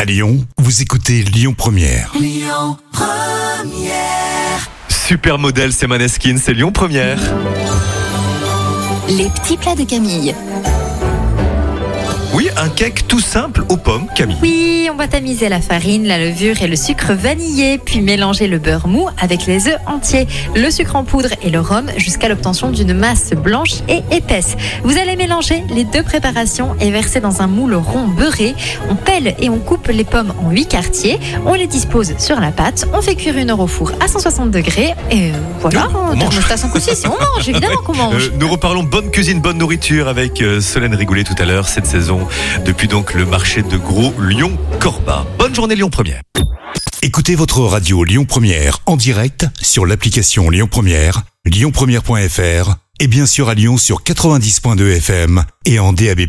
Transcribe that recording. À Lyon, vous écoutez Lyon Première. Super modèle, c'est Maneskin, c'est Lyon Première. Les petits plats de Camille. Oui, un cake tout simple aux pommes, Camille. Oui, on va tamiser la farine, la levure et le sucre vanillé, puis mélanger le beurre mou avec les œufs entiers, le sucre en poudre et le rhum jusqu'à l'obtention d'une masse blanche et épaisse. Vous allez mélanger les deux préparations et verser dans un moule rond beurré. On pèle et on coupe les pommes en huit quartiers. On les dispose sur la pâte. On fait cuire une heure au four à 160 degrés. Et euh, voilà, Oui, on hein, mange. thermostat sans saucisse. On mange, évidemment qu'on mange. Euh, nous reparlons bonne cuisine, bonne nourriture avec euh, Solène Rigoulet tout à l'heure, cette saison, depuis donc le marché de gros Lyon-Corba. Bonne journée Lyon Première. Écoutez votre radio Lyon Première en direct sur l'application Lyon Première, lyonpremière.fr et bien sûr à Lyon sur 90.2 FM et en DAB+.